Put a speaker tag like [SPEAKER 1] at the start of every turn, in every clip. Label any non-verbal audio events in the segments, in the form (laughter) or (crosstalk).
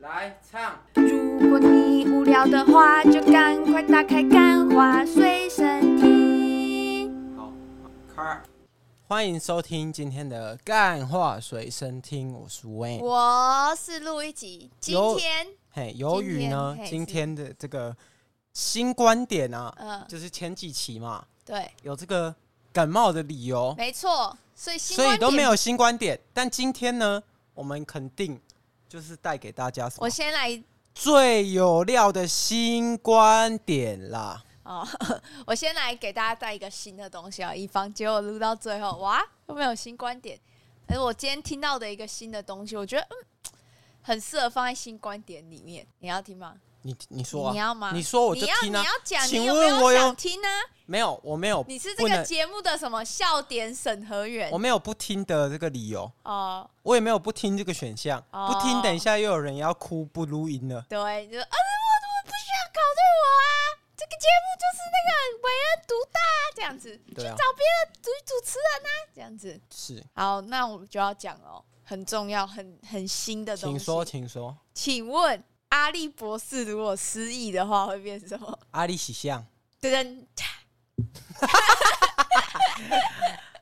[SPEAKER 1] 来唱，
[SPEAKER 2] 如果你无聊的话，就赶快打开《干花随身听》。
[SPEAKER 1] 好，开。
[SPEAKER 3] 欢迎收听今天的《干话随身听》，我是 Wayne。
[SPEAKER 4] 我是录一集，今
[SPEAKER 3] 有
[SPEAKER 4] 天
[SPEAKER 3] 嘿，由于呢
[SPEAKER 4] 今天嘿
[SPEAKER 3] 今天的这个新观点啊，
[SPEAKER 4] 嗯
[SPEAKER 3] 就是前几期嘛，
[SPEAKER 4] 对，
[SPEAKER 3] 有这个感冒的理由，
[SPEAKER 4] 没错，所以新
[SPEAKER 3] 所以
[SPEAKER 4] 观
[SPEAKER 3] 都
[SPEAKER 4] 点
[SPEAKER 3] 没有新观点。但今天呢，我们肯定就是带给大家什么
[SPEAKER 4] 我先来
[SPEAKER 3] 最有料的新观点啦。
[SPEAKER 4] 哦，我先来给大家带一个新的东西啊，以防结果录到最后，哇，都没有新观点。而我今天听到的一个新的东西，我觉得嗯，很适合放在新观点里面。你要听吗？
[SPEAKER 3] 你你说、啊，
[SPEAKER 4] 你要吗？
[SPEAKER 3] 你说我就
[SPEAKER 4] 你要
[SPEAKER 3] 听
[SPEAKER 4] 你
[SPEAKER 3] 啊。
[SPEAKER 4] 要讲，
[SPEAKER 3] 请
[SPEAKER 4] 你有没
[SPEAKER 3] 问我有
[SPEAKER 4] 想听呢、啊
[SPEAKER 3] 没有，我没有，
[SPEAKER 4] 你是
[SPEAKER 3] 不
[SPEAKER 4] 这个
[SPEAKER 3] 能，
[SPEAKER 4] 节目的什么笑点审核员
[SPEAKER 3] 我？没有不听的这个理由，
[SPEAKER 4] 哦，
[SPEAKER 3] 我也没有不听这个选项，
[SPEAKER 4] 哦
[SPEAKER 3] 不听，等一下又有人要哭不录音了。
[SPEAKER 4] 对，就说啊，我怎么不需要考虑我啊？这个节目就是那个为人独大、啊、这样子，
[SPEAKER 3] 对啊
[SPEAKER 4] 去找别的主主持人啊，这样子。
[SPEAKER 3] 是，
[SPEAKER 4] 好，那我们就要讲哦，很重要、很很新的东西。
[SPEAKER 3] 请说，请说。
[SPEAKER 4] 请问阿笠博士如果失忆的话会变什么？
[SPEAKER 3] 阿里喜相，
[SPEAKER 4] 噔 (laughs) 噔，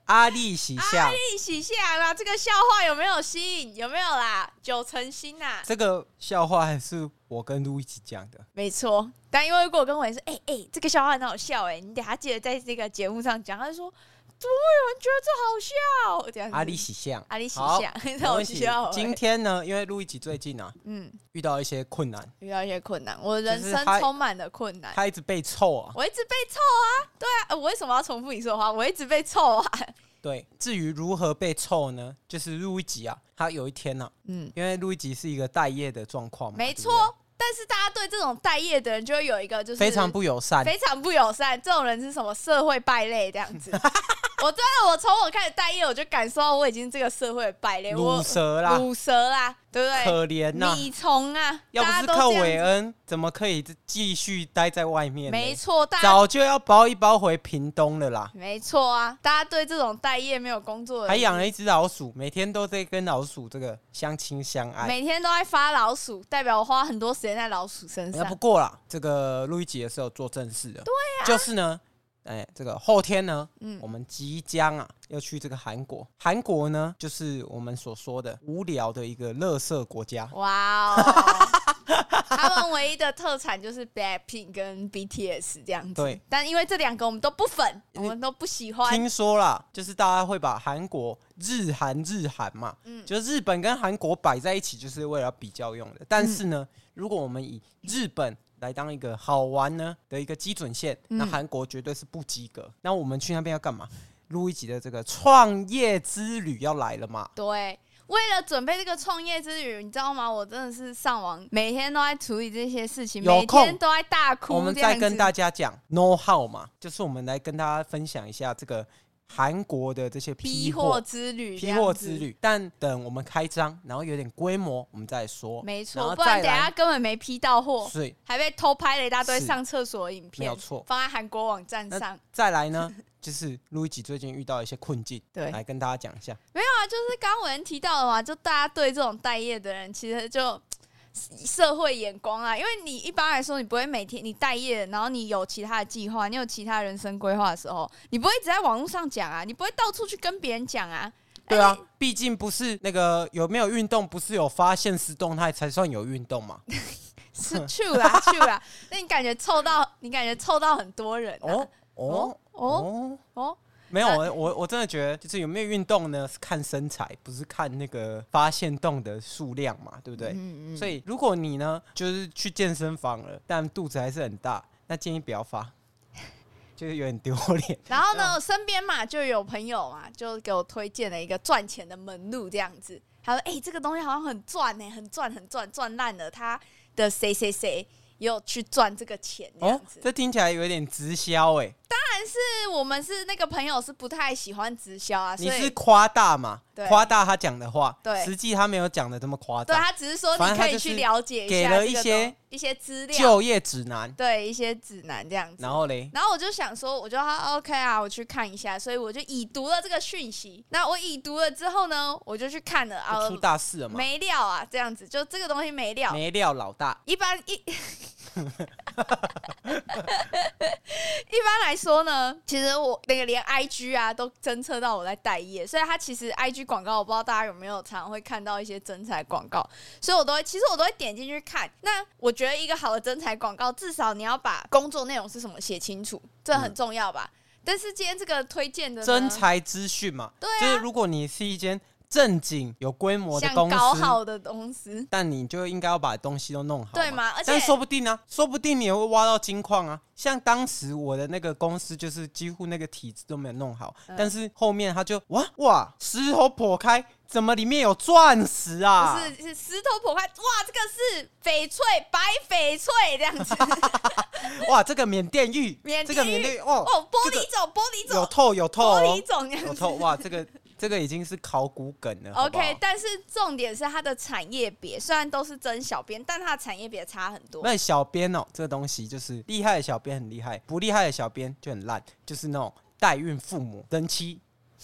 [SPEAKER 3] 阿里喜相，
[SPEAKER 4] 一起下啦！这个笑话有没有新？有没有啦？九成新啊呐、
[SPEAKER 3] 这个笑话还是我跟路一起讲的。
[SPEAKER 4] 没错，但因为如果我跟我也说，哎、哎、这个笑话很好笑哎、你等下记得在这个节目上讲。他就说，怎么会有人觉得这好笑？这样子
[SPEAKER 3] 阿里喜相，
[SPEAKER 4] 嗯阿里喜 (laughs)
[SPEAKER 3] 好
[SPEAKER 4] 下，很
[SPEAKER 3] 没
[SPEAKER 4] 好
[SPEAKER 3] 问题
[SPEAKER 4] 笑欸。
[SPEAKER 3] 今天呢，因为路一起最近啊
[SPEAKER 4] 嗯，
[SPEAKER 3] 遇到一些困难，
[SPEAKER 4] 遇 (laughs) 到一些困难，我人
[SPEAKER 3] 就是
[SPEAKER 4] 生
[SPEAKER 3] 他
[SPEAKER 4] 充满了困难。
[SPEAKER 3] 他一直被臭啊。
[SPEAKER 4] 我一直被臭啊，对啊，呃我为什么要重复你说的话？我一直被臭啊，
[SPEAKER 3] 对，至于如何被臭呢，就是路一吉啊，他有一天呢、啊，
[SPEAKER 4] 嗯，
[SPEAKER 3] 因为路一吉是一个待业的状况嘛，
[SPEAKER 4] 没
[SPEAKER 3] 对不
[SPEAKER 4] 错。但是大家对这种待业的人就会有一个就
[SPEAKER 3] 对，
[SPEAKER 4] 是
[SPEAKER 3] 非常不友善。
[SPEAKER 4] 非常不友善，这种人是什么社会败类
[SPEAKER 3] (laughs)
[SPEAKER 4] 这样子。我真的，我从我开始待业，我就感受到我已经这个社会的败类，我
[SPEAKER 3] 乳蛇啦，
[SPEAKER 4] 乳蛇啦，对不对？
[SPEAKER 3] 啊可怜呐、
[SPEAKER 4] 米虫啊，
[SPEAKER 3] 要不
[SPEAKER 4] 大
[SPEAKER 3] 是
[SPEAKER 4] 家都
[SPEAKER 3] 靠
[SPEAKER 4] 这样
[SPEAKER 3] 韦
[SPEAKER 4] 子
[SPEAKER 3] 恩，怎么可以继续待在外面呢？
[SPEAKER 4] 没错，大家
[SPEAKER 3] 早就要包一包回屏东了啦。
[SPEAKER 4] 没错啊，大家对这种待业没有工作的人，
[SPEAKER 3] 还养了一只老鼠，每天都在跟老鼠这个相亲相爱。
[SPEAKER 4] 每天都在发老鼠，代表我花很多时间在老鼠身
[SPEAKER 3] 哎
[SPEAKER 4] 上
[SPEAKER 3] 不。过啦，这个路易吉也是有做正事的。对呀、就是呢，哎，这个后天呢，
[SPEAKER 4] 啊嗯
[SPEAKER 3] 我们即将啊要去这个韩国。韩国呢，就是我们所说的无聊的一个乐色国家。
[SPEAKER 4] 哇
[SPEAKER 3] (laughs)
[SPEAKER 4] 哦！他们唯一的特产就是 Blackpink 跟 BTS 这样子，
[SPEAKER 3] 对。
[SPEAKER 4] 但因为这两个我们都不粉，我
[SPEAKER 3] 因为
[SPEAKER 4] 们都不喜欢，
[SPEAKER 3] 听说啦，就是大家会把韩国日韩日韩嘛，
[SPEAKER 4] 嗯
[SPEAKER 3] 就日本跟韩国摆在一起，就是为了比较用的。但是呢，
[SPEAKER 4] 嗯
[SPEAKER 3] 如果我们以日本来当一个好玩呢的一个基准线，那
[SPEAKER 4] 嗯
[SPEAKER 3] 韩国绝对是不及格。那我们去那边要干嘛？录一集的这个创业之旅要来了嘛？
[SPEAKER 4] 对。为了准备这个创业之旅，你知道吗？我真的是上网，每天都在处理这些事情，
[SPEAKER 3] 有
[SPEAKER 4] 每天
[SPEAKER 3] 空
[SPEAKER 4] 都在大哭。
[SPEAKER 3] 我们再跟大，家讲 know how 嘛，就是我们来跟大家分享一下这个韩国的这些
[SPEAKER 4] 批
[SPEAKER 3] 批
[SPEAKER 4] 货
[SPEAKER 3] 货。
[SPEAKER 4] 之旅，
[SPEAKER 3] 批货之，旅，但等我们开张，然后有点规模，我们再说。
[SPEAKER 4] 没
[SPEAKER 3] 然后
[SPEAKER 4] 错，不然
[SPEAKER 3] 再
[SPEAKER 4] 等
[SPEAKER 3] 来
[SPEAKER 4] 下根本没批到货，
[SPEAKER 3] 所以
[SPEAKER 4] 还被偷拍了一大堆
[SPEAKER 3] 是
[SPEAKER 4] 上厕所的影
[SPEAKER 3] 没
[SPEAKER 4] 片，
[SPEAKER 3] 有错。
[SPEAKER 4] 放在韩国网站
[SPEAKER 3] 那
[SPEAKER 4] 上。
[SPEAKER 3] 再来
[SPEAKER 4] (laughs)
[SPEAKER 3] 呢，就是路易吉最近遇到一些困境，
[SPEAKER 4] 对
[SPEAKER 3] 来跟大家讲一下。
[SPEAKER 4] 没有啊，就是刚刚我们提到的嘛，就大家对这种待业的人，其实就社会眼光啊，因为你一般来说，你不会每天你待业，然后你有其他的计划，你有其他人生规划的时候，你不会只在网络上讲啊，你不会到处去跟别人讲啊。
[SPEAKER 3] 对啊，毕竟不是那个有没有运动，不是有发现实动态才算有运动嘛。
[SPEAKER 4] 是 true 啦 true 啦，那你感觉凑到，你感觉凑到很多人、啊、
[SPEAKER 3] 哦哦
[SPEAKER 4] (laughs) 哦
[SPEAKER 3] 哦，
[SPEAKER 4] 哦，
[SPEAKER 3] 没有，
[SPEAKER 4] 那
[SPEAKER 3] 我我我真的觉得就是有没有运动呢，是看身材，不是看那个发现动的数量嘛，对不对？
[SPEAKER 4] 嗯
[SPEAKER 3] 所以如果你呢，就是去健身房了，但肚子还是很大，那建议不要发， (laughs) 就是有点丢脸。
[SPEAKER 4] 然后
[SPEAKER 3] 嗯
[SPEAKER 4] 呢，我身边嘛就有朋友嘛，就给我推荐了一个赚钱的门路，这样子。他说：“哎、这个东西好像很赚呢、很赚，很赚，赚烂了。”他的谁谁谁也有去赚这个钱，这样
[SPEAKER 3] 哦，
[SPEAKER 4] 子。
[SPEAKER 3] 这听起来有点直销哎、
[SPEAKER 4] 是我们是那个朋友是不太喜欢直销啊，所
[SPEAKER 3] 你
[SPEAKER 4] 以
[SPEAKER 3] 是夸大嘛
[SPEAKER 4] 对？
[SPEAKER 3] 夸大他讲的话，
[SPEAKER 4] 对
[SPEAKER 3] 实际他没有讲的这么夸
[SPEAKER 4] 对
[SPEAKER 3] 张。
[SPEAKER 4] 他只是说
[SPEAKER 3] 反
[SPEAKER 4] 你
[SPEAKER 3] 正他
[SPEAKER 4] 可以
[SPEAKER 3] 就是
[SPEAKER 4] 去了解一
[SPEAKER 3] 给
[SPEAKER 4] 下
[SPEAKER 3] 了
[SPEAKER 4] 这
[SPEAKER 3] 一
[SPEAKER 4] 个
[SPEAKER 3] 些
[SPEAKER 4] 东一些资料，
[SPEAKER 3] 就业指南，
[SPEAKER 4] 对一些指南这样子。
[SPEAKER 3] 然后嘞，
[SPEAKER 4] 然后我就想说，我就好 OK 啊，我去看一下，所以我就已读了这个讯息。那我已读了之后呢，我就去看了啊
[SPEAKER 3] 就，出大事了嘛，
[SPEAKER 4] 没料啊，这样子就这个东西没料。
[SPEAKER 3] 没料老大。
[SPEAKER 4] 一般
[SPEAKER 3] (laughs)
[SPEAKER 4] 一一般来说呢，其实我那个连 IG 啊都侦测到我在待业，所以它其实 IG 广告我不知道大家有没有常常会看到一些真材广告，所以我都会其实我都会点进去看。那我觉得一个好的真材广告，至少你要把工作内容是什么写清楚，这很重要吧？但是今天这个推荐的呢
[SPEAKER 3] 嗯
[SPEAKER 4] 啊
[SPEAKER 3] 真才资讯嘛，
[SPEAKER 4] 对
[SPEAKER 3] 就是
[SPEAKER 4] 啊，
[SPEAKER 3] 如果你是一间正经有规模的
[SPEAKER 4] 想
[SPEAKER 3] 公
[SPEAKER 4] 搞
[SPEAKER 3] 司，
[SPEAKER 4] 好的公司，
[SPEAKER 3] 但你就应该要把东西都弄好，
[SPEAKER 4] 对？吗？而且
[SPEAKER 3] 但说不定呢、说不定你也会挖到金矿啊！像当时我的那个公司，就是几乎那个体制都没有弄好，
[SPEAKER 4] 嗯
[SPEAKER 3] 但是后面他就哇哇，石头破开，怎么里面有钻石啊？
[SPEAKER 4] 不是是石头破坏，哇，这个是翡翠，白翡翠这样子。
[SPEAKER 3] 哇，这个缅甸玉，
[SPEAKER 4] 缅甸玉
[SPEAKER 3] 这个缅甸玉哦，
[SPEAKER 4] 哦，玻
[SPEAKER 3] 这个
[SPEAKER 4] 璃种，玻璃
[SPEAKER 3] 有
[SPEAKER 4] 种，
[SPEAKER 3] 透有透、
[SPEAKER 4] 玻璃
[SPEAKER 3] 哦，
[SPEAKER 4] 种这样
[SPEAKER 3] 有
[SPEAKER 4] 子。
[SPEAKER 3] 透哇，这个这个已经是考古梗了好不好
[SPEAKER 4] OK，但是重点是它的产业别，虽然都是真小编，但它的产业别差很多。
[SPEAKER 3] 那小编哦，这个东西就是厉害的小编很厉害，不厉害的小编就很烂，就是那种代孕父母、人妻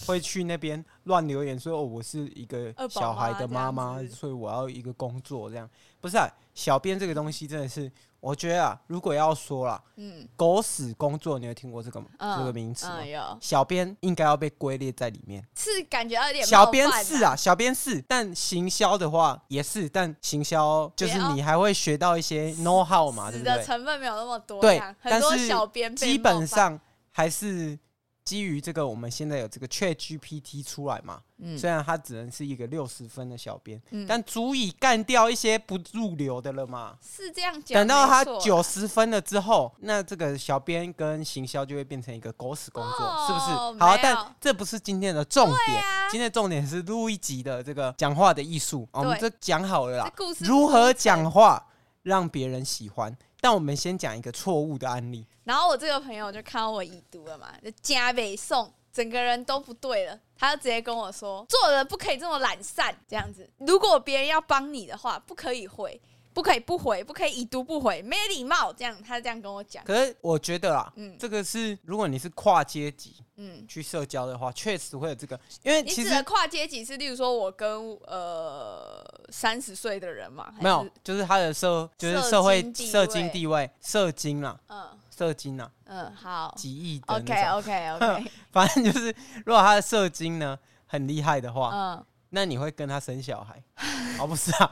[SPEAKER 3] 会去那边乱留言说哦，我是一个
[SPEAKER 4] 二宝妈
[SPEAKER 3] 小孩的妈
[SPEAKER 4] 这
[SPEAKER 3] 妈
[SPEAKER 4] 样，子
[SPEAKER 3] 所以我要一个工作这样。不是、啊，小编这个东西真的是，我觉得啊，如果要说啦，
[SPEAKER 4] 嗯
[SPEAKER 3] 狗屎工作，你有听过这个吗？
[SPEAKER 4] 嗯，
[SPEAKER 3] 这个名词吗？
[SPEAKER 4] 嗯，有
[SPEAKER 3] 小编应该要被归类在里面。
[SPEAKER 4] 是感觉到有点
[SPEAKER 3] 小
[SPEAKER 4] 冒
[SPEAKER 3] 编
[SPEAKER 4] 犯
[SPEAKER 3] 是
[SPEAKER 4] 啊，
[SPEAKER 3] 啊，小编是，但行销的话也是，但行销就是
[SPEAKER 4] 也要
[SPEAKER 3] 你还会学到一些 know how 嘛，对
[SPEAKER 4] 哦死
[SPEAKER 3] 不
[SPEAKER 4] 的
[SPEAKER 3] 对？
[SPEAKER 4] 成分没有那么多，
[SPEAKER 3] 对
[SPEAKER 4] 这样很
[SPEAKER 3] 但
[SPEAKER 4] 多
[SPEAKER 3] 是
[SPEAKER 4] 小编被
[SPEAKER 3] 基
[SPEAKER 4] 冒
[SPEAKER 3] 本
[SPEAKER 4] 犯，
[SPEAKER 3] 上还是基于这个，我们现在有这个 Chat GPT 出来嘛，
[SPEAKER 4] 嗯
[SPEAKER 3] 虽然它只能是一个六十分的小编，
[SPEAKER 4] 嗯
[SPEAKER 3] 但足以干掉一些不入流的了嘛。
[SPEAKER 4] 是这样讲。
[SPEAKER 3] 等到他
[SPEAKER 4] 没错啊
[SPEAKER 3] 九十分了之后，那这个小编跟行销就会变成一个狗屎工作，
[SPEAKER 4] 哦
[SPEAKER 3] 是不是？
[SPEAKER 4] 没
[SPEAKER 3] 好
[SPEAKER 4] 有，
[SPEAKER 3] 但这不是今天的重点。
[SPEAKER 4] 啊
[SPEAKER 3] 今天的重点是录一集的这个讲话的艺术、啊我们
[SPEAKER 4] 对
[SPEAKER 3] 这讲好了啦
[SPEAKER 4] 这，故事
[SPEAKER 3] 如
[SPEAKER 4] 铺
[SPEAKER 3] 何
[SPEAKER 4] 陈
[SPEAKER 3] 讲话让别人喜欢。但我们先讲一个错误的案例，
[SPEAKER 4] 然后我这个朋友就看到我已读了嘛，就加北送，整个人都不对了。他就直接跟我说：“做人不可以这么懒散，这样子。如果别人要帮你的话，不可以回，不可以不回，不可以已读不回，没礼貌。”这样，他就这样跟我讲。
[SPEAKER 3] 可是我觉得啦，
[SPEAKER 4] 嗯
[SPEAKER 3] 这个是如果你是跨阶级 (laughs)
[SPEAKER 4] 嗯，
[SPEAKER 3] 去社交的话，确实会有这个，因为
[SPEAKER 4] 你
[SPEAKER 3] 其
[SPEAKER 4] 指
[SPEAKER 3] 实
[SPEAKER 4] 的跨阶级是，例如说我跟呃三十岁的人嘛？还是
[SPEAKER 3] 没有，，就是他的社就是
[SPEAKER 4] 社
[SPEAKER 3] 社会
[SPEAKER 4] 经地
[SPEAKER 3] 社
[SPEAKER 4] 位
[SPEAKER 3] 经地位、社经啦、
[SPEAKER 4] 嗯
[SPEAKER 3] 社经啦、
[SPEAKER 4] 嗯，好
[SPEAKER 3] 几亿的那种。
[SPEAKER 4] ，OK 哦 OK
[SPEAKER 3] (laughs)
[SPEAKER 4] OK，
[SPEAKER 3] 反正就是，如果他的射精呢很厉害的话，
[SPEAKER 4] 嗯
[SPEAKER 3] 那你会跟他生小孩？ (laughs) 哦，不是啊，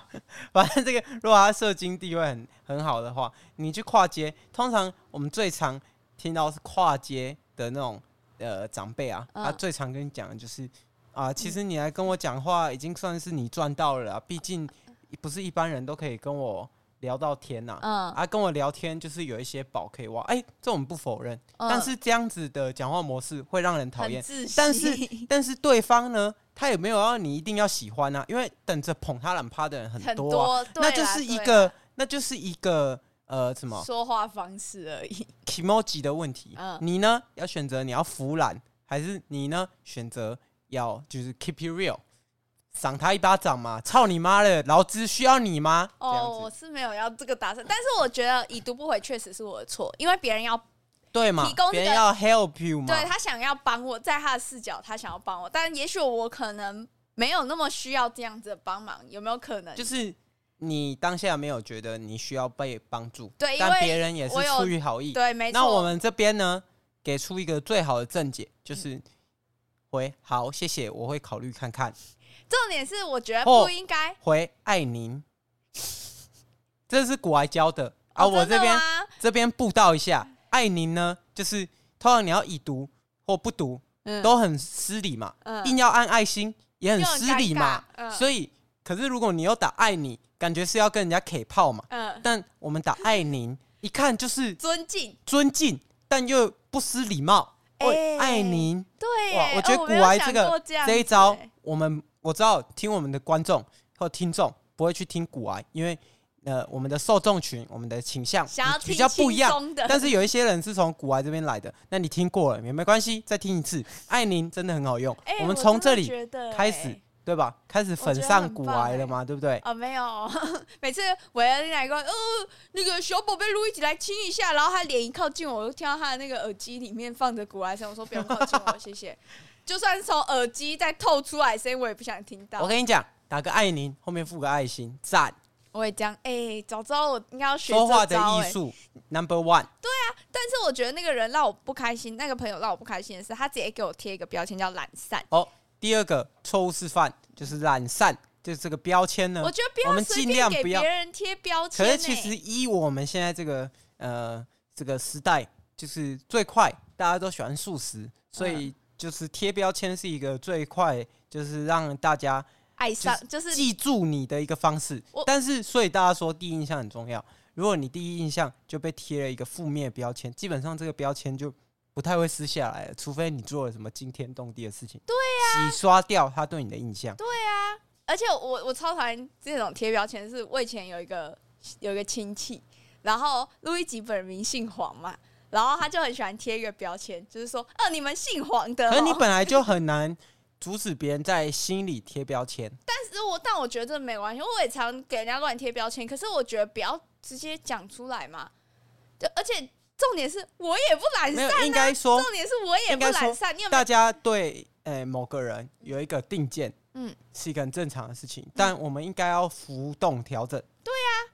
[SPEAKER 3] 反正这个如果他的射精地位很很好的话，你去跨街，通常我们最常听到是跨街的那种呃长辈啊，
[SPEAKER 4] 嗯
[SPEAKER 3] 他最常跟你讲的就是啊，其实你来跟我讲话，已经算是你赚到了啊，毕竟不是一般人都可以跟我聊到天呐、啊。
[SPEAKER 4] 嗯，
[SPEAKER 3] 啊，跟我聊天就是有一些宝可以挖，哎、这我们不否认，
[SPEAKER 4] 嗯
[SPEAKER 3] 但是这样子的讲话模式会让人讨
[SPEAKER 4] 很
[SPEAKER 3] 厌。
[SPEAKER 4] 自信， (laughs)
[SPEAKER 3] 但是但是对方呢，他也没有要你一定要喜欢啊，因为等着捧他懒趴的人很
[SPEAKER 4] 很
[SPEAKER 3] 多啊、
[SPEAKER 4] 多，对
[SPEAKER 3] 那就
[SPEAKER 4] 啦
[SPEAKER 3] 是一
[SPEAKER 4] 对
[SPEAKER 3] 个那就是一个呃什么
[SPEAKER 4] 说话方式而已。
[SPEAKER 3] emoji 的问题。
[SPEAKER 4] 嗯
[SPEAKER 3] 你呢要选择你要服软，还是你呢选择要就是 keep it real，赏他一巴掌嘛？操你妈的，劳资需要你吗？这
[SPEAKER 4] 哦，
[SPEAKER 3] 样
[SPEAKER 4] 我
[SPEAKER 3] 子
[SPEAKER 4] 是没有要这个打算，但是我觉得已读不回确实是我的错，因为别人要
[SPEAKER 3] 对嘛
[SPEAKER 4] 提供？
[SPEAKER 3] 别
[SPEAKER 4] 这
[SPEAKER 3] 人
[SPEAKER 4] 个
[SPEAKER 3] 要 help you 嘛？
[SPEAKER 4] 对他想要帮我，在他的视角他想要帮我，但也许我可能没有那么需要这样子的帮忙，有没有可能？
[SPEAKER 3] 就是你当下没有觉得你需要被帮助，
[SPEAKER 4] 对因
[SPEAKER 3] 但
[SPEAKER 4] 为
[SPEAKER 3] 别人也是
[SPEAKER 4] 我有
[SPEAKER 3] 出于好意。
[SPEAKER 4] 对，没错。
[SPEAKER 3] 那我们这边呢，给出一个最好的正解，就是
[SPEAKER 4] 嗯
[SPEAKER 3] 回好，谢谢，我会考虑看看。
[SPEAKER 4] 重点是，我觉得
[SPEAKER 3] 哦
[SPEAKER 4] 不应该、
[SPEAKER 3] 回爱您， (laughs) 这是古来教的啊。
[SPEAKER 4] 哦
[SPEAKER 3] 我
[SPEAKER 4] 真的
[SPEAKER 3] 这边
[SPEAKER 4] 吗
[SPEAKER 3] 这边布道一下，爱您呢，就是通常你要已读或不读
[SPEAKER 4] 嗯
[SPEAKER 3] 都很失礼嘛，
[SPEAKER 4] 嗯
[SPEAKER 3] 硬要按爱心也很
[SPEAKER 4] 就很
[SPEAKER 3] 失礼嘛
[SPEAKER 4] 尴尬。嗯
[SPEAKER 3] 所以，可是如果你又打爱你，感觉是要跟人家 K 炮嘛。
[SPEAKER 4] 嗯
[SPEAKER 3] 但我们打爱您，一看就是
[SPEAKER 4] 尊敬，
[SPEAKER 3] 尊敬，但又不失礼貌。
[SPEAKER 4] 哎
[SPEAKER 3] 喂，爱您，
[SPEAKER 4] 对
[SPEAKER 3] 哇
[SPEAKER 4] 耶，
[SPEAKER 3] 我觉得
[SPEAKER 4] 哦
[SPEAKER 3] 古
[SPEAKER 4] 没有
[SPEAKER 3] 玩
[SPEAKER 4] 想
[SPEAKER 3] 这个
[SPEAKER 4] 过这样
[SPEAKER 3] 这一
[SPEAKER 4] 子哎欸
[SPEAKER 3] 招
[SPEAKER 4] 耶，
[SPEAKER 3] 我们我知道听我们的观众或听众不会去听古癌，因为呃我们的受众群、我们的倾向
[SPEAKER 4] 想要
[SPEAKER 3] 比
[SPEAKER 4] 听
[SPEAKER 3] 较不一样。
[SPEAKER 4] 轻松的，
[SPEAKER 3] 但是有一些人是从古玩这边来的，那你听过了也没关系，再听一次。爱您真的很好用，
[SPEAKER 4] 哎
[SPEAKER 3] 我们
[SPEAKER 4] 真
[SPEAKER 3] 从
[SPEAKER 4] 的
[SPEAKER 3] 这里
[SPEAKER 4] 觉得
[SPEAKER 3] 开
[SPEAKER 4] 哎
[SPEAKER 3] 始，对吧？开始
[SPEAKER 4] 觉
[SPEAKER 3] 粉
[SPEAKER 4] 得
[SPEAKER 3] 上
[SPEAKER 4] 很
[SPEAKER 3] 古
[SPEAKER 4] 棒
[SPEAKER 3] 玩了
[SPEAKER 4] 哎
[SPEAKER 3] 嘛，对不对？
[SPEAKER 4] 啊、没有， (laughs) 每次韦恩来过，呃，那个小宝贝路一起来亲一下，然后他脸一靠近我，我就听到他的那个耳机里面放着古来声，我说不用靠近我，谢谢。 (laughs) 就算是从耳机再透出来声音，我也不想听到。
[SPEAKER 3] 我跟你讲，打个爱您，后面附个爱心，赞。
[SPEAKER 4] 我也这样，哎、早知道我应该要学
[SPEAKER 3] 说话
[SPEAKER 4] 这
[SPEAKER 3] 的
[SPEAKER 4] 招、
[SPEAKER 3] 艺
[SPEAKER 4] 哎， (laughs)
[SPEAKER 3] 术，Number One，
[SPEAKER 4] 但是我觉得那个人让我不开心，那个朋友让我不开心的是，他直接给我贴一个标签叫懒散。
[SPEAKER 3] 哦第二个错误示范就是懒散，就是这个标签呢
[SPEAKER 4] 我。觉
[SPEAKER 3] 嗯
[SPEAKER 4] 得
[SPEAKER 3] 我
[SPEAKER 4] 不
[SPEAKER 3] 们
[SPEAKER 4] 要随
[SPEAKER 3] 尽
[SPEAKER 4] 便
[SPEAKER 3] 量
[SPEAKER 4] 给
[SPEAKER 3] 不要
[SPEAKER 4] 别人贴标
[SPEAKER 3] 可
[SPEAKER 4] 签、
[SPEAKER 3] 是
[SPEAKER 4] 哎
[SPEAKER 3] 其实依我们现在这个呃这个时代，就是最快，大家都喜欢素食，
[SPEAKER 4] 嗯
[SPEAKER 3] 所以就是贴标签是一个最快，就是让大家
[SPEAKER 4] 爱上就是
[SPEAKER 3] 记住你的一个方式
[SPEAKER 4] 我。
[SPEAKER 3] 但是所以大家说第一印象很重要，如果你第一印象就被贴了一个负面的标签，基本上这个标签就。不太会撕下来了，除非你做了什么惊天动地的事情，对
[SPEAKER 4] 啊
[SPEAKER 3] 呀、洗刷掉他对你的印象。
[SPEAKER 4] 而且我我超讨厌这种贴标签，是我以前有一个有一个亲戚，然后路易吉本名姓黄嘛，然后他就很喜欢贴一个标签，就是说，哦，你们姓黄的、哦。
[SPEAKER 3] 可是你本来就很难阻止别人在心里贴标签。
[SPEAKER 4] (laughs) 但是我但我觉得这没关系，我也常给人家乱贴标签，可是我觉得不要直接讲出来嘛。就而且重点是我也不懒
[SPEAKER 3] 没
[SPEAKER 4] 散
[SPEAKER 3] 有，应
[SPEAKER 4] 啊，
[SPEAKER 3] 该说
[SPEAKER 4] 重点是我也
[SPEAKER 3] 应
[SPEAKER 4] 不
[SPEAKER 3] 该说
[SPEAKER 4] 懒散。你有
[SPEAKER 3] (laughs)
[SPEAKER 4] 没有
[SPEAKER 3] 大家对呃某个人有一个定见，嗯
[SPEAKER 4] 嗯，
[SPEAKER 3] 是一个很正常的事情，但我们应该要浮动调整。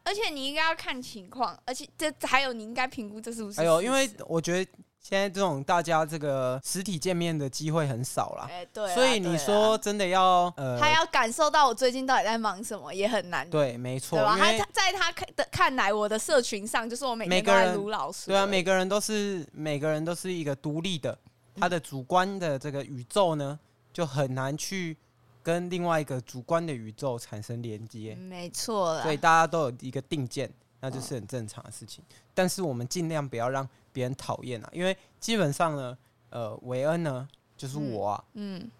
[SPEAKER 4] 而且你应该要看情况，而且这还有你应该评估这是不是事
[SPEAKER 3] 还
[SPEAKER 4] 实。
[SPEAKER 3] 哎有，因为我觉得现在这种大家这个实体见面的机会很少啦，
[SPEAKER 4] 哎、对啊，
[SPEAKER 3] 所以
[SPEAKER 4] 对
[SPEAKER 3] 你
[SPEAKER 4] 啊
[SPEAKER 3] 说真的要呃，
[SPEAKER 4] 他要感受到我最近到底在忙什么，也很难，
[SPEAKER 3] 对，没错，
[SPEAKER 4] 对吧？
[SPEAKER 3] 因
[SPEAKER 4] 他
[SPEAKER 3] 为
[SPEAKER 4] 他在他看的看来，我的社群上就是我每
[SPEAKER 3] 每
[SPEAKER 4] 天
[SPEAKER 3] 个
[SPEAKER 4] 都在
[SPEAKER 3] 人
[SPEAKER 4] 撸老鼠而已，
[SPEAKER 3] 对啊，每个人都是每个人都是一个独立的，
[SPEAKER 4] 嗯
[SPEAKER 3] 他的主观的这个宇宙呢，就很难去跟另外一个主观的宇宙产生连接。
[SPEAKER 4] 没错啦
[SPEAKER 3] 所以。大家都有一个定见，那就是很正常的事情。但是我们尽量不要让别人讨厌啊，因为基本上呢，呃，韦恩呢，就是我啊，
[SPEAKER 4] 嗯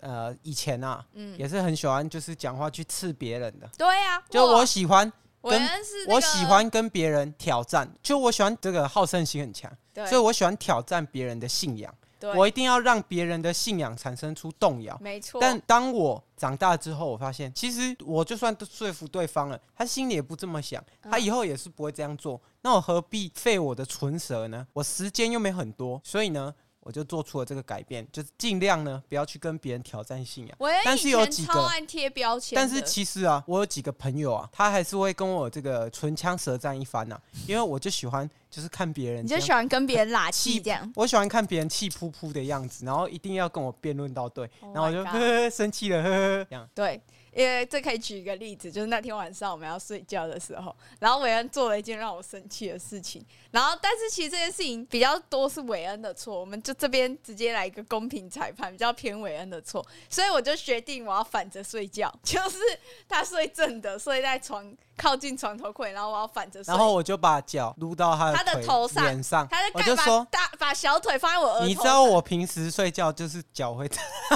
[SPEAKER 3] 呃，以前啊，
[SPEAKER 4] 嗯，
[SPEAKER 3] 也是很喜欢就是讲话去刺别人的，
[SPEAKER 4] 对啊，
[SPEAKER 3] 就
[SPEAKER 4] 哇
[SPEAKER 3] 我喜欢。
[SPEAKER 4] 我
[SPEAKER 3] 跟
[SPEAKER 4] 原来是那
[SPEAKER 3] 我
[SPEAKER 4] 个
[SPEAKER 3] 喜，欢跟别人挑战，就我喜欢这个好胜心很强，
[SPEAKER 4] 对
[SPEAKER 3] 所以我喜欢挑战别人的信仰。
[SPEAKER 4] 对
[SPEAKER 3] 我一定要让别人的信仰产生出动摇。
[SPEAKER 4] 没错，
[SPEAKER 3] 但当我长大之后，我发现其实我就算说服对方了，他心里也不这么想，
[SPEAKER 4] 嗯
[SPEAKER 3] 他以后也是不会这样做。那我何必费我的唇舌呢？我时间又没很多，所以呢，我就做出了这个改变，就是尽量呢不要去跟别人挑战信仰。
[SPEAKER 4] 我原
[SPEAKER 3] 但
[SPEAKER 4] 来
[SPEAKER 3] 是
[SPEAKER 4] 以
[SPEAKER 3] 有
[SPEAKER 4] 前
[SPEAKER 3] 几
[SPEAKER 4] 超
[SPEAKER 3] 个
[SPEAKER 4] 爱贴标签的，
[SPEAKER 3] 但是其实啊，我有几个朋友啊，他还是会跟我这个唇枪舌战一番呐、因为我就喜欢就是看别人
[SPEAKER 4] 你
[SPEAKER 3] 这
[SPEAKER 4] 就
[SPEAKER 3] 样，
[SPEAKER 4] 喜欢跟别人拉气这样，
[SPEAKER 3] 我喜欢看别人气扑扑的样子，然后一定要跟我辩论到对，
[SPEAKER 4] Oh
[SPEAKER 3] 然后我就
[SPEAKER 4] my
[SPEAKER 3] 呵
[SPEAKER 4] God
[SPEAKER 3] 呵呵生气了，呵呵呵这样。
[SPEAKER 4] 对，因为这可以举一个例子，就是那天晚上我们要睡觉的时候，然后韦恩做了一件让我生气的事情，然后但是其实这件事情比较多是韦恩的错，我们就这边直接来一个公平裁判，比较偏韦恩的错，所以我就决定我要反着睡觉， (laughs) 就是他睡正的，睡在床靠近床头柜，然后我要反着睡，
[SPEAKER 3] 然后我就把脚撸到他的
[SPEAKER 4] 他的
[SPEAKER 3] 腿
[SPEAKER 4] 头上
[SPEAKER 3] 脸上
[SPEAKER 4] 他在
[SPEAKER 3] 我
[SPEAKER 4] 干
[SPEAKER 3] 就
[SPEAKER 4] 嘛
[SPEAKER 3] 说，
[SPEAKER 4] 大把小腿放在我额头，
[SPEAKER 3] 你知道我平时睡觉就是脚会 (laughs)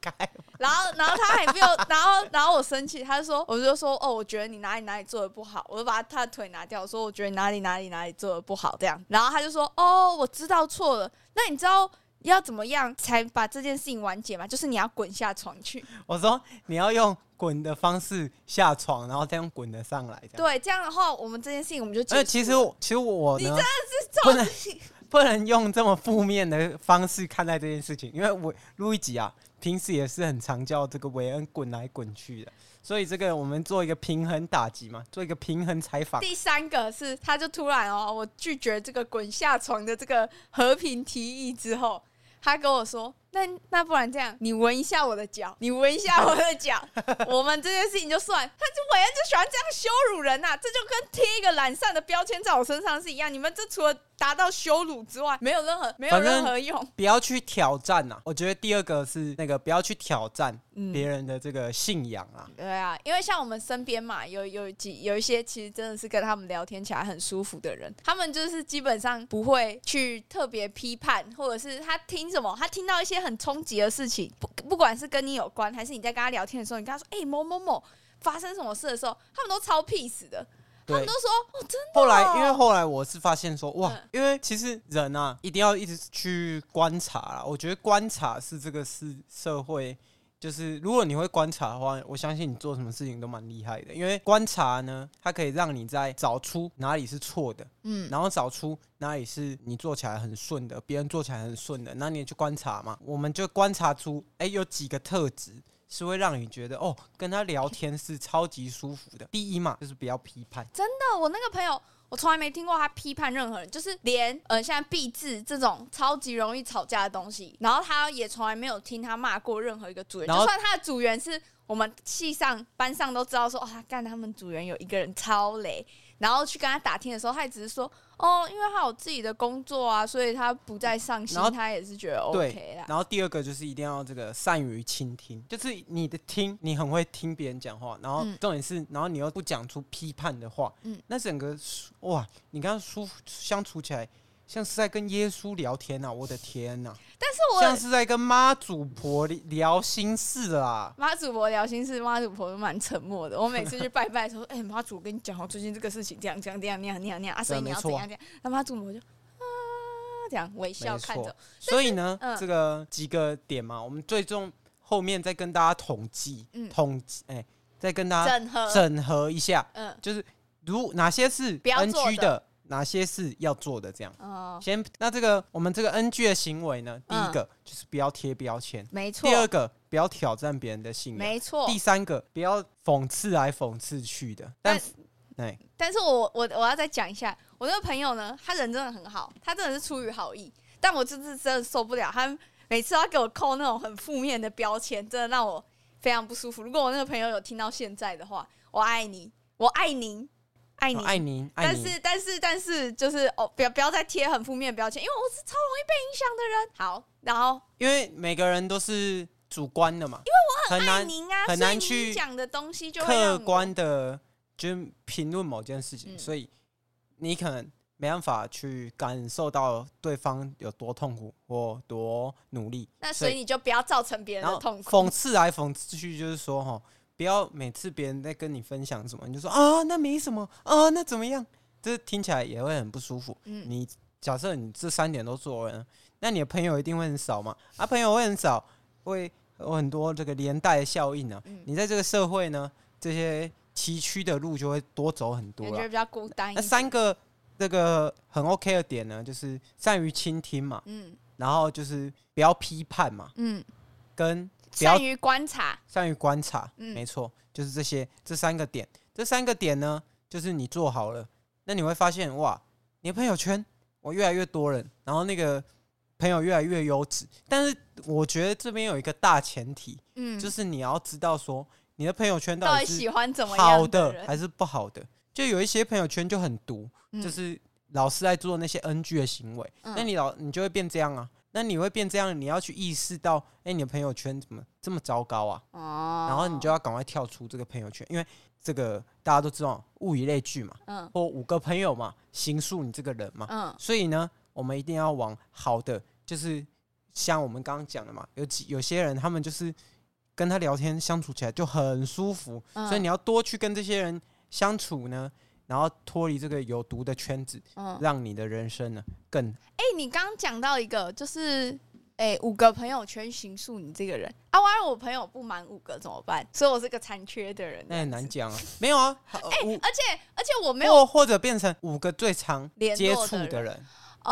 [SPEAKER 3] 开吗，
[SPEAKER 4] 然后，然后他还没有， (laughs) 然后，然后我生气，他就说，我就说，哦，我觉得你哪里哪里做的不好，我就把他的腿拿掉，我说我觉得你哪里哪里哪里做的不好这样，然后他就说，哦，我知道错了，那你知道要怎么样才把这件事情完结吗？就是你要滚下床去，
[SPEAKER 3] 我说你要用滚的方式下床，然后再用滚的上来这样。
[SPEAKER 4] 对，这样的话，我们这件事情我们就结束
[SPEAKER 3] 而且
[SPEAKER 4] 了。
[SPEAKER 3] 其实我其实我
[SPEAKER 4] 你
[SPEAKER 3] 呢
[SPEAKER 4] 真的
[SPEAKER 3] 不能不能用这么负面的方式看待这件事情，因为我路易吉啊平时也是很常叫这个韦恩滚来滚去的，所以这个我们做一个平衡打击嘛，做一个平衡采访。
[SPEAKER 4] 第三个是，他就突然哦，我拒绝这个滚下床的这个和平提议之后，他跟我说：“那那不然这样，你闻一下我的脚，你闻一下我的
[SPEAKER 3] (laughs)
[SPEAKER 4] 脚，我们这件事情就算。”他就伟人就喜欢这样羞辱人呐、这就跟贴一个懒散的标签在我身上是一样。你们这除了达到羞辱之外，没有任何没有
[SPEAKER 3] 反正
[SPEAKER 4] 任何用。
[SPEAKER 3] 不要去挑战呐、啊我觉得第二个是那个不要去挑战
[SPEAKER 4] 嗯
[SPEAKER 3] 别人的这个信仰啊。
[SPEAKER 4] 对啊，因为像我们身边嘛，有有几有一些其实真的是跟他们聊天起来很舒服的人，他们就是基本上不会去特别批判，或者是他听什么，他听到一些很冲击的事情，不不管是跟你有关，还是你在跟他聊天的时候，你跟他说，哎、某某某发生什么事的时候，他们都超 peace 的。他们
[SPEAKER 3] 对
[SPEAKER 4] 都，说哦，真的
[SPEAKER 3] 后来
[SPEAKER 4] 哦
[SPEAKER 3] 因为后来我是发现说，哇
[SPEAKER 4] 嗯，
[SPEAKER 3] 因为其实人啊，一定要一直去观察啦。我觉得观察是这个是社会，就是如果你会观察的话，我相信你做什么事情都蛮厉害的。因为观察呢，它可以让你在找出哪里是错的，
[SPEAKER 4] 嗯，
[SPEAKER 3] 然后找出哪里是你做起来很顺的，别人做起来很顺的，那你也去观察嘛。我们就观察出，哎、有几个特质是会让你觉得，哦，跟他聊天是超级舒服的。第一嘛，就是不要批判，
[SPEAKER 4] 那我那个朋友，我从来没听过他批判任何人，就是连呃，像币制这种超级容易吵架的东西，然后他也从来没有听他骂过任何一个组员，
[SPEAKER 3] 然
[SPEAKER 4] 就
[SPEAKER 3] 后
[SPEAKER 4] 算他的组员是我们系上班上都知道说，哦，他干他们组员有一个人超雷，然后去跟他打听的时候，他也只是说，哦，因为他有自己的工作啊，所以他不在上心
[SPEAKER 3] 然后，
[SPEAKER 4] 他也是觉得
[SPEAKER 3] 对
[SPEAKER 4] OK 啦。
[SPEAKER 3] 然后第二个就是一定要这个善于倾听，就是你的听，你很会听别人讲话，然后
[SPEAKER 4] 嗯
[SPEAKER 3] 重点是，然后你又不讲出批判的话，
[SPEAKER 4] 嗯
[SPEAKER 3] 那整个舒哇，你刚刚舒服相处起来。像是在跟耶稣聊天呐、啊，我的天呐、
[SPEAKER 4] 但是
[SPEAKER 3] 像
[SPEAKER 4] 我
[SPEAKER 3] 是在跟妈祖婆聊心事啊。
[SPEAKER 4] 妈祖婆聊心事，妈祖婆都蛮沉默的。我每
[SPEAKER 3] (laughs)
[SPEAKER 4] 次去拜拜的时候，哎、妈祖，我跟你讲哦，最近这个事情这样这样这样那样那样那样啊，所以你要
[SPEAKER 3] 没错
[SPEAKER 4] 怎样怎样。那妈祖婆就啊，这样微笑
[SPEAKER 3] 没
[SPEAKER 4] 看
[SPEAKER 3] 错
[SPEAKER 4] 着。，
[SPEAKER 3] 所以呢，
[SPEAKER 4] 嗯
[SPEAKER 3] 这个几个点嘛，我们最终后面再跟大家统计，
[SPEAKER 4] 嗯
[SPEAKER 3] 统计，哎、再跟大家
[SPEAKER 4] 整合，
[SPEAKER 3] 整合一下，
[SPEAKER 4] 嗯
[SPEAKER 3] 就是如哪些是
[SPEAKER 4] 不要做
[SPEAKER 3] NG
[SPEAKER 4] 的
[SPEAKER 3] 的，哪些是要做的，这样。
[SPEAKER 4] 哦，
[SPEAKER 3] 先，那这个我们这个 NG 的行为呢，第
[SPEAKER 4] 嗯
[SPEAKER 3] 一个就是不要贴标签，
[SPEAKER 4] 没错
[SPEAKER 3] 第，二个不要挑战别人的信仰，
[SPEAKER 4] 没错
[SPEAKER 3] 第。三个不要讽刺来讽刺去的，但
[SPEAKER 4] 但
[SPEAKER 3] 哎，
[SPEAKER 4] 但是我我我要再讲一下，我那个朋友呢，他人真的很好，他真的是出于好意，但我就是真的受不了，他每次都要给我扣那种很负面的标签，真的让我非常不舒服。如果我那个朋友有听到现在的话，我爱你，我爱您，爱你，
[SPEAKER 3] 爱您，爱
[SPEAKER 4] 但
[SPEAKER 3] 您。
[SPEAKER 4] 是但是但是就是哦，不要不要再贴很负面的标签，因为我是超容易被影响的人。好，然后
[SPEAKER 3] 因为每个人都是主观的嘛，因为我很
[SPEAKER 4] 爱
[SPEAKER 3] 难
[SPEAKER 4] 您啊，
[SPEAKER 3] 很
[SPEAKER 4] 所以
[SPEAKER 3] 难
[SPEAKER 4] 您
[SPEAKER 3] 去
[SPEAKER 4] 讲的东西就会让
[SPEAKER 3] 客
[SPEAKER 4] 我
[SPEAKER 3] 观的就是评论某件事情，
[SPEAKER 4] 嗯
[SPEAKER 3] 所以你可能没办法去感受到对方有多痛苦或多努力。
[SPEAKER 4] 那所以你就不要造成别人
[SPEAKER 3] 然
[SPEAKER 4] 的
[SPEAKER 3] 后
[SPEAKER 4] 痛苦。
[SPEAKER 3] 讽刺来讽刺去，就是说哈，不要每次别人在跟你分享什么，你就说啊那没什么啊那怎么样，这听起来也会很不舒服。
[SPEAKER 4] 嗯，
[SPEAKER 3] 你假设你这三点都做完了，那你的朋友一定会很少嘛？啊，朋友会很少，会有很多这个连带的效应啊。
[SPEAKER 4] 嗯
[SPEAKER 3] 你在这个社会呢，这些崎岖的路就会多走很多
[SPEAKER 4] 感觉
[SPEAKER 3] 了
[SPEAKER 4] 比。较孤单一
[SPEAKER 3] 啊那
[SPEAKER 4] 点。
[SPEAKER 3] 三个这个很 OK 的点呢，就是善于倾听嘛，
[SPEAKER 4] 嗯
[SPEAKER 3] 然后就是不要批判嘛，
[SPEAKER 4] 嗯，
[SPEAKER 3] 跟不要
[SPEAKER 4] 善于观察，
[SPEAKER 3] 善于观察，
[SPEAKER 4] 嗯
[SPEAKER 3] 没错，就是这些这三个点。这三个点呢，就是你做好了，那你会发现哇，你的朋友圈我越来越多人，然后那个朋友越来越优质。但是我觉得这边有一个大前提，
[SPEAKER 4] 嗯，
[SPEAKER 3] 就是是你要知道说你的朋友圈
[SPEAKER 4] 到
[SPEAKER 3] 到
[SPEAKER 4] 底
[SPEAKER 3] 底
[SPEAKER 4] 喜
[SPEAKER 3] 是
[SPEAKER 4] 欢怎么
[SPEAKER 3] 好
[SPEAKER 4] 样
[SPEAKER 3] 的
[SPEAKER 4] 人？
[SPEAKER 3] 还是不好的。就有一些朋友圈就很毒，
[SPEAKER 4] 嗯
[SPEAKER 3] 就是老是在做那些 NG 的行为，
[SPEAKER 4] 嗯
[SPEAKER 3] 那你老你就会变这样啊。那你会变这样，你要去意识到，哎、你的朋友圈怎么这么糟糕啊？
[SPEAKER 4] 哦，
[SPEAKER 3] 然后你就要赶快跳出这个朋友圈，因为这个大家都知道物以类聚嘛，
[SPEAKER 4] 嗯
[SPEAKER 3] 或五个朋友嘛，形塑你这个人嘛。
[SPEAKER 4] 嗯
[SPEAKER 3] 所以呢，我们一定要往好的，就是像我们刚刚讲的嘛，有几有些人他们就是跟他聊天相处起来就很舒服，
[SPEAKER 4] 嗯，
[SPEAKER 3] 所以你要多去跟这些人相处呢，然后脱离这个有毒的圈子，
[SPEAKER 4] 嗯
[SPEAKER 3] 让你的人生呢更
[SPEAKER 4] 哎、你刚刚讲到一个，就是哎、五个朋友圈形塑你这个人啊，万一我朋友不满五个怎么办？所以我是个残缺的人，
[SPEAKER 3] 那很难讲啊，没有
[SPEAKER 4] (laughs)
[SPEAKER 3] 啊，呃五
[SPEAKER 4] 而且而且哎我没有
[SPEAKER 3] 或或者变成五个最常
[SPEAKER 4] 联
[SPEAKER 3] 接
[SPEAKER 4] 络的
[SPEAKER 3] 触的
[SPEAKER 4] 人
[SPEAKER 3] 人。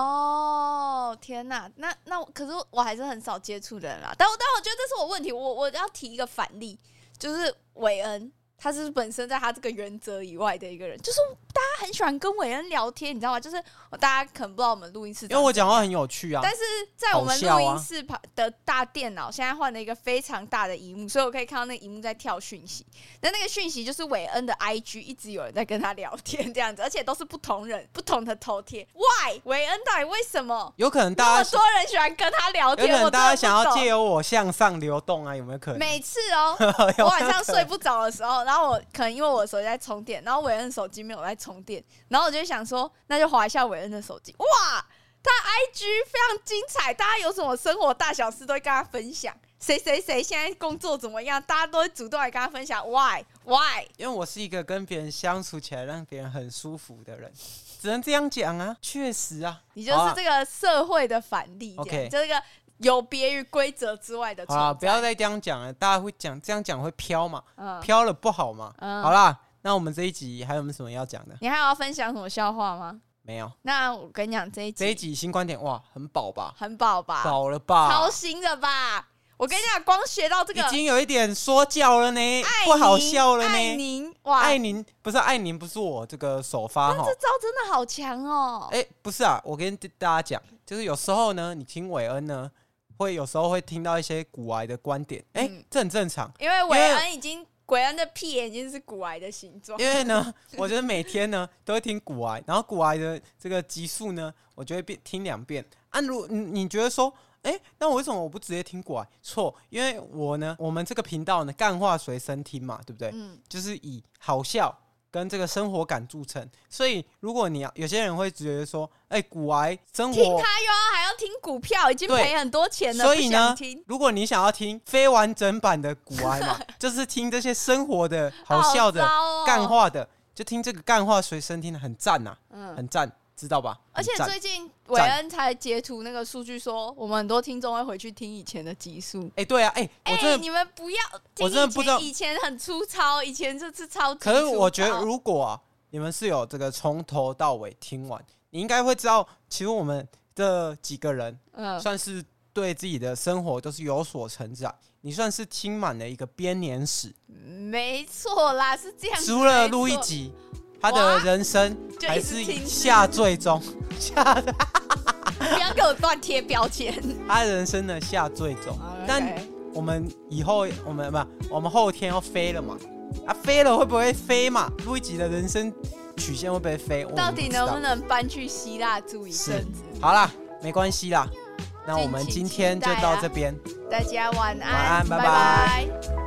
[SPEAKER 4] 哦，天哪，那那我可是我还是很少接触的人啦。但我但我觉得这是我问题，我我要提一个反例，就是韦恩，他是本身在他这个原则以外的一个人，就是大家很喜欢跟韦恩聊天，你知道吗？就是我大家可能不知道我们录音室，
[SPEAKER 3] 因为我讲话很有趣啊，
[SPEAKER 4] 但是在我们
[SPEAKER 3] 好
[SPEAKER 4] 录
[SPEAKER 3] 笑啊
[SPEAKER 4] 音室旁的大电脑，现在换了一个非常大的荧幕，所以我可以看到那个荧幕在跳讯息。那那个讯息就是韦恩的 IG 一直有人在跟他聊天这样子，而 (laughs) 且都是不同人、不同的头贴。Why？韦恩到底为什么
[SPEAKER 3] 有可能
[SPEAKER 4] 那
[SPEAKER 3] 大
[SPEAKER 4] 么
[SPEAKER 3] 家
[SPEAKER 4] 多人喜欢跟他聊
[SPEAKER 3] 有可
[SPEAKER 4] 天？我
[SPEAKER 3] 能大家
[SPEAKER 4] 真
[SPEAKER 3] 想
[SPEAKER 4] 的不
[SPEAKER 3] 要
[SPEAKER 4] 懂
[SPEAKER 3] 借由我向上流动啊，有没有可能？ (laughs)
[SPEAKER 4] 每次哦，我晚上睡不着的时候，然后我可能因为我的手机在充电，然后韦恩的手机没有在充电，然后我就会想说，那就划一下韦恩的手机，哇，他 IG 非常精彩，大家有什么生活大小事都会跟他分享。谁谁谁现在工作怎么样？大家都会主动来跟他分享。Why？ Why？
[SPEAKER 3] 因为我是一个跟别人相处起来让别人很舒服的人，只能这样讲啊，确实啊，
[SPEAKER 4] 你就是
[SPEAKER 3] 这
[SPEAKER 4] 这个社会的反例，这
[SPEAKER 3] 啊 OK
[SPEAKER 4] 样就是一个有别于规则之外的存
[SPEAKER 3] 啊，
[SPEAKER 4] 在。
[SPEAKER 3] 不要再这样讲了，大家会讲这样讲会飘嘛，
[SPEAKER 4] 嗯，
[SPEAKER 3] 飘了不好嘛。
[SPEAKER 4] 嗯
[SPEAKER 3] 好啦，那我们这一集还有没有什么要讲的？
[SPEAKER 4] 你还有要分享什么笑话吗？
[SPEAKER 3] 没有，
[SPEAKER 4] 那我跟你讲，这一集
[SPEAKER 3] 这一集新观点哇，很饱吧？
[SPEAKER 4] 很饱吧，
[SPEAKER 3] 饱了吧
[SPEAKER 4] 啊超？新的吧？我跟你讲，光学到这个
[SPEAKER 3] 啊已经有一点说教了呢，
[SPEAKER 4] 爱
[SPEAKER 3] 不好
[SPEAKER 4] 您
[SPEAKER 3] 笑了
[SPEAKER 4] 爱
[SPEAKER 3] 呢。
[SPEAKER 4] 您哇，
[SPEAKER 3] 爱您不是爱您，不是我这个首发哈
[SPEAKER 4] 这。招真的好强哦！
[SPEAKER 3] 哎、不是啊，我跟大家讲，就是有时候呢，你听韦恩呢，会有时候会听到一些古癌的观点，哎、
[SPEAKER 4] 嗯
[SPEAKER 3] 这很正常。
[SPEAKER 4] 因为
[SPEAKER 3] 因
[SPEAKER 4] 韦
[SPEAKER 3] 为
[SPEAKER 4] 恩已经，韦恩的屁眼已经是骨癌的形状。
[SPEAKER 3] 因为呢，
[SPEAKER 4] (laughs)
[SPEAKER 3] 我觉得每天呢都会听古癌，然后古癌的这个集数呢，我就会变听两遍。啊，如果你你觉得说，哎、那我为什么我不直接听古癌？错，因为我呢，我们这个频道呢，干话随身听嘛，对不对？
[SPEAKER 4] 嗯，
[SPEAKER 3] 就是以好笑跟这个生活感著称。所以，如果你要有些人会觉得说，哎、古癌生
[SPEAKER 4] 听
[SPEAKER 3] 活。
[SPEAKER 4] 他又要还要听股票，已经
[SPEAKER 3] 对
[SPEAKER 4] 赔很多钱了，
[SPEAKER 3] 所以
[SPEAKER 4] 不
[SPEAKER 3] 呢
[SPEAKER 4] 想听，
[SPEAKER 3] 如果你想要听非完整版的古哀嘛，就是听这些生活的、好笑的、
[SPEAKER 4] 糟哦
[SPEAKER 3] 干。话的，就听这个干话随身听，很赞呐、
[SPEAKER 4] 嗯，
[SPEAKER 3] 很赞，知道吧？
[SPEAKER 4] 而且
[SPEAKER 3] 很赞
[SPEAKER 4] 最近韦恩才截图那个数据说，我们很多听众会回去听以前的集数。
[SPEAKER 3] 哎、对啊，哎、
[SPEAKER 4] 哎、
[SPEAKER 3] 我真的，
[SPEAKER 4] 你们不要，
[SPEAKER 3] 我真的不知道
[SPEAKER 4] 以前以前很粗糙，以前这次超级粗糙。
[SPEAKER 3] 可是我觉得如果啊，你们是有这个从头到尾听完，你应该会知道，其实我们这几个人
[SPEAKER 4] 嗯，
[SPEAKER 3] 算是对自己的生活都是有所成长，你算是听满了一个编年史。
[SPEAKER 4] 没错啦，是这样子。
[SPEAKER 3] 除了
[SPEAKER 4] 没错
[SPEAKER 3] 录一，集，他的人生
[SPEAKER 4] 啊 (laughs) 就
[SPEAKER 3] 还
[SPEAKER 4] 一直
[SPEAKER 3] 是
[SPEAKER 4] 听
[SPEAKER 3] 以下最终，下
[SPEAKER 4] 不要给 (laughs) 我乱贴标签。
[SPEAKER 3] 他的人生的下最终。但
[SPEAKER 4] OK
[SPEAKER 3] 我们以后，我们不，我们后天要飞了嘛？啊，飞了会不会飞嘛？录一集的人生曲线会不会飞？我们
[SPEAKER 4] 到底
[SPEAKER 3] 不知道
[SPEAKER 4] 能不能搬去希腊住一
[SPEAKER 3] 是
[SPEAKER 4] 阵子？
[SPEAKER 3] 好啦，没关系啦。那我们
[SPEAKER 4] 敬
[SPEAKER 3] 今
[SPEAKER 4] 请
[SPEAKER 3] 天就
[SPEAKER 4] 期待
[SPEAKER 3] 到
[SPEAKER 4] 啊
[SPEAKER 3] 这边。
[SPEAKER 4] 大家晚安，
[SPEAKER 3] 晚安拜
[SPEAKER 4] 拜
[SPEAKER 3] 拜
[SPEAKER 4] 拜